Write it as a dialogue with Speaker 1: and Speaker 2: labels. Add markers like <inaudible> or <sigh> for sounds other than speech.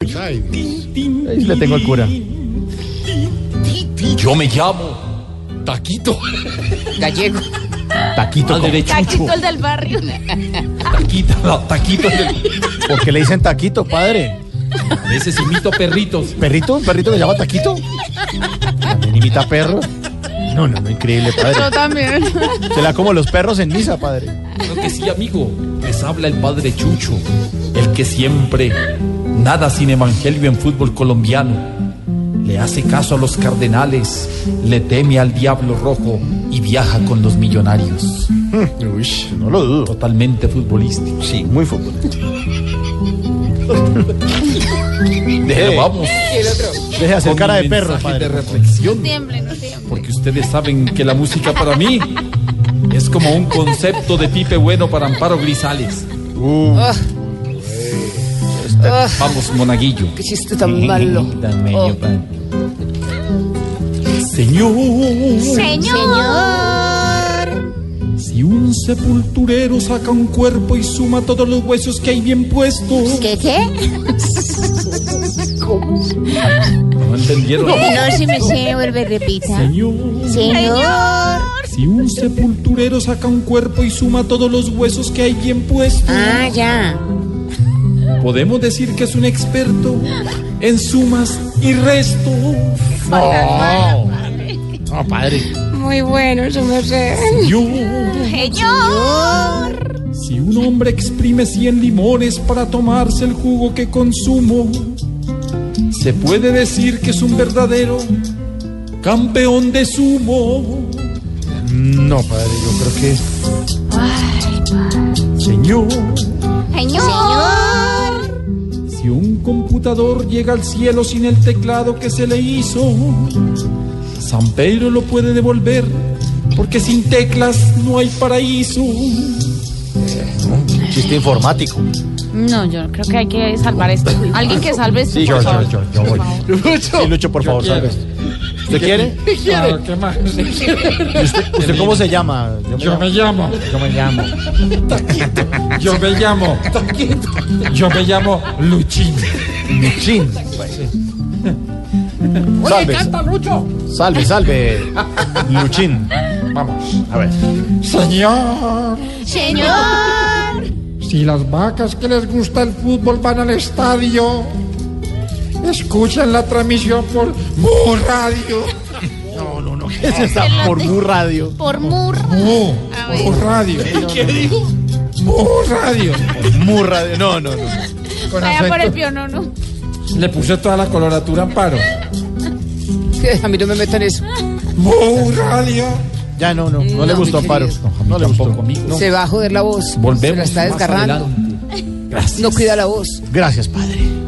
Speaker 1: Ay,
Speaker 2: Ahí sí le tengo el cura.
Speaker 3: Yo me llamo Taquito.
Speaker 4: Gallego.
Speaker 2: Taquito.
Speaker 3: Al
Speaker 2: ¿cómo?
Speaker 3: derecho.
Speaker 4: Taquito el del barrio.
Speaker 3: Taquito. no, taquito.
Speaker 2: ¿Por qué le dicen taquito, padre?
Speaker 3: A veces imito perritos.
Speaker 2: ¿Perrito? ¿Un perrito que llama taquito? ¿También imita perro? No, no, no, increíble,
Speaker 4: Yo
Speaker 2: padre.
Speaker 4: también.
Speaker 2: Será como los perros en misa, padre.
Speaker 3: Claro que sí, amigo. Les habla el padre Chucho, el que siempre nada sin evangelio en fútbol colombiano. Le hace caso a los cardenales, le teme al diablo rojo y viaja con los millonarios.
Speaker 2: Uy, no lo dudo.
Speaker 3: Totalmente futbolístico.
Speaker 2: Sí, muy futbolista.
Speaker 3: Pero vamos,
Speaker 2: Deje de hacer
Speaker 3: con
Speaker 2: cara
Speaker 3: un
Speaker 2: de perro,
Speaker 3: mensaje de
Speaker 2: padre.
Speaker 3: reflexión,
Speaker 4: Tiemble, no tiemble.
Speaker 3: porque ustedes saben que la música para mí es como un concepto de Pipe Bueno para Amparo Grisales.
Speaker 4: Ah.
Speaker 3: Este, Vamos, monaguillo.
Speaker 4: Qué chiste tan malo. Oh.
Speaker 3: Tan medio pan. Señor,
Speaker 4: Señor.
Speaker 3: si un sepulturero saca un cuerpo y suma todos los huesos que hay bien puestos.
Speaker 4: ¿Qué qué?
Speaker 3: ¿No entendieron?
Speaker 4: <laughs> No, si me sé, vuelve, repita.
Speaker 3: Señor,
Speaker 4: Señor.
Speaker 3: si un sepulturero saca un cuerpo y suma todos los huesos que hay bien puestos.
Speaker 4: Ah, ya.
Speaker 3: Podemos decir que es un experto en sumas y restos.
Speaker 2: No, padre.
Speaker 4: Muy bueno, yo me sé.
Speaker 3: Señor,
Speaker 4: Señor.
Speaker 3: Si un hombre exprime 100 limones para tomarse el jugo que consumo, se puede decir que es un verdadero campeón de sumo.
Speaker 2: No, padre, yo creo que es.
Speaker 3: Señor,
Speaker 4: Señor.
Speaker 3: si un computador llega al cielo sin el teclado que se le hizo, San Pedro lo puede devolver, porque sin teclas no hay paraíso.
Speaker 2: Chiste informático.
Speaker 5: No, yo creo que hay que salvar esto. Alguien que salve esto,
Speaker 2: Sí,
Speaker 5: por
Speaker 2: yo, yo,
Speaker 5: favor.
Speaker 2: yo, yo voy. Sí, Lucho, por favor,
Speaker 3: quiero.
Speaker 2: salve. ¿Usted quiere?
Speaker 3: Claro, Ah, ¿qué más?
Speaker 2: ¿Usted cómo se llama? Yo me llamo.
Speaker 3: llamo.
Speaker 2: Yo me
Speaker 3: <laughs>
Speaker 2: llamo.
Speaker 3: Yo me llamo. Yo me llamo Luchín.
Speaker 2: Chin. Salve,
Speaker 3: Lucho!
Speaker 2: salve, salve. Luchín.
Speaker 3: Vamos.
Speaker 2: A ver.
Speaker 3: Señor,
Speaker 4: Señor.
Speaker 3: si las vacas que les gusta el fútbol van al estadio, escuchan la transmisión por Mu Radio.
Speaker 2: No, no, no. ¿Qué es esa? Por Mu Radio.
Speaker 4: Por mur.
Speaker 3: Mu, Mu Oh, Radio.
Speaker 2: ¿Qué dijo?
Speaker 3: Mu Radio.
Speaker 2: Mu Radio. No, no, no.
Speaker 3: Con
Speaker 5: Vaya por el
Speaker 3: acento.
Speaker 5: pionono. no.
Speaker 3: Le puse toda la coloratura en paro.
Speaker 4: <laughs> A mí no me metan eso.
Speaker 3: Mu Oh, Radio.
Speaker 2: Ya no, no. No, le gustó
Speaker 4: mi
Speaker 2: Amparo.
Speaker 4: querido.
Speaker 2: No, le gustó.
Speaker 4: Se va a joder la voz.
Speaker 3: Volvemos.
Speaker 4: Se la está
Speaker 3: más
Speaker 4: desgarrando.
Speaker 3: adelante. Gracias.
Speaker 4: No cuida la voz.
Speaker 2: Gracias, padre.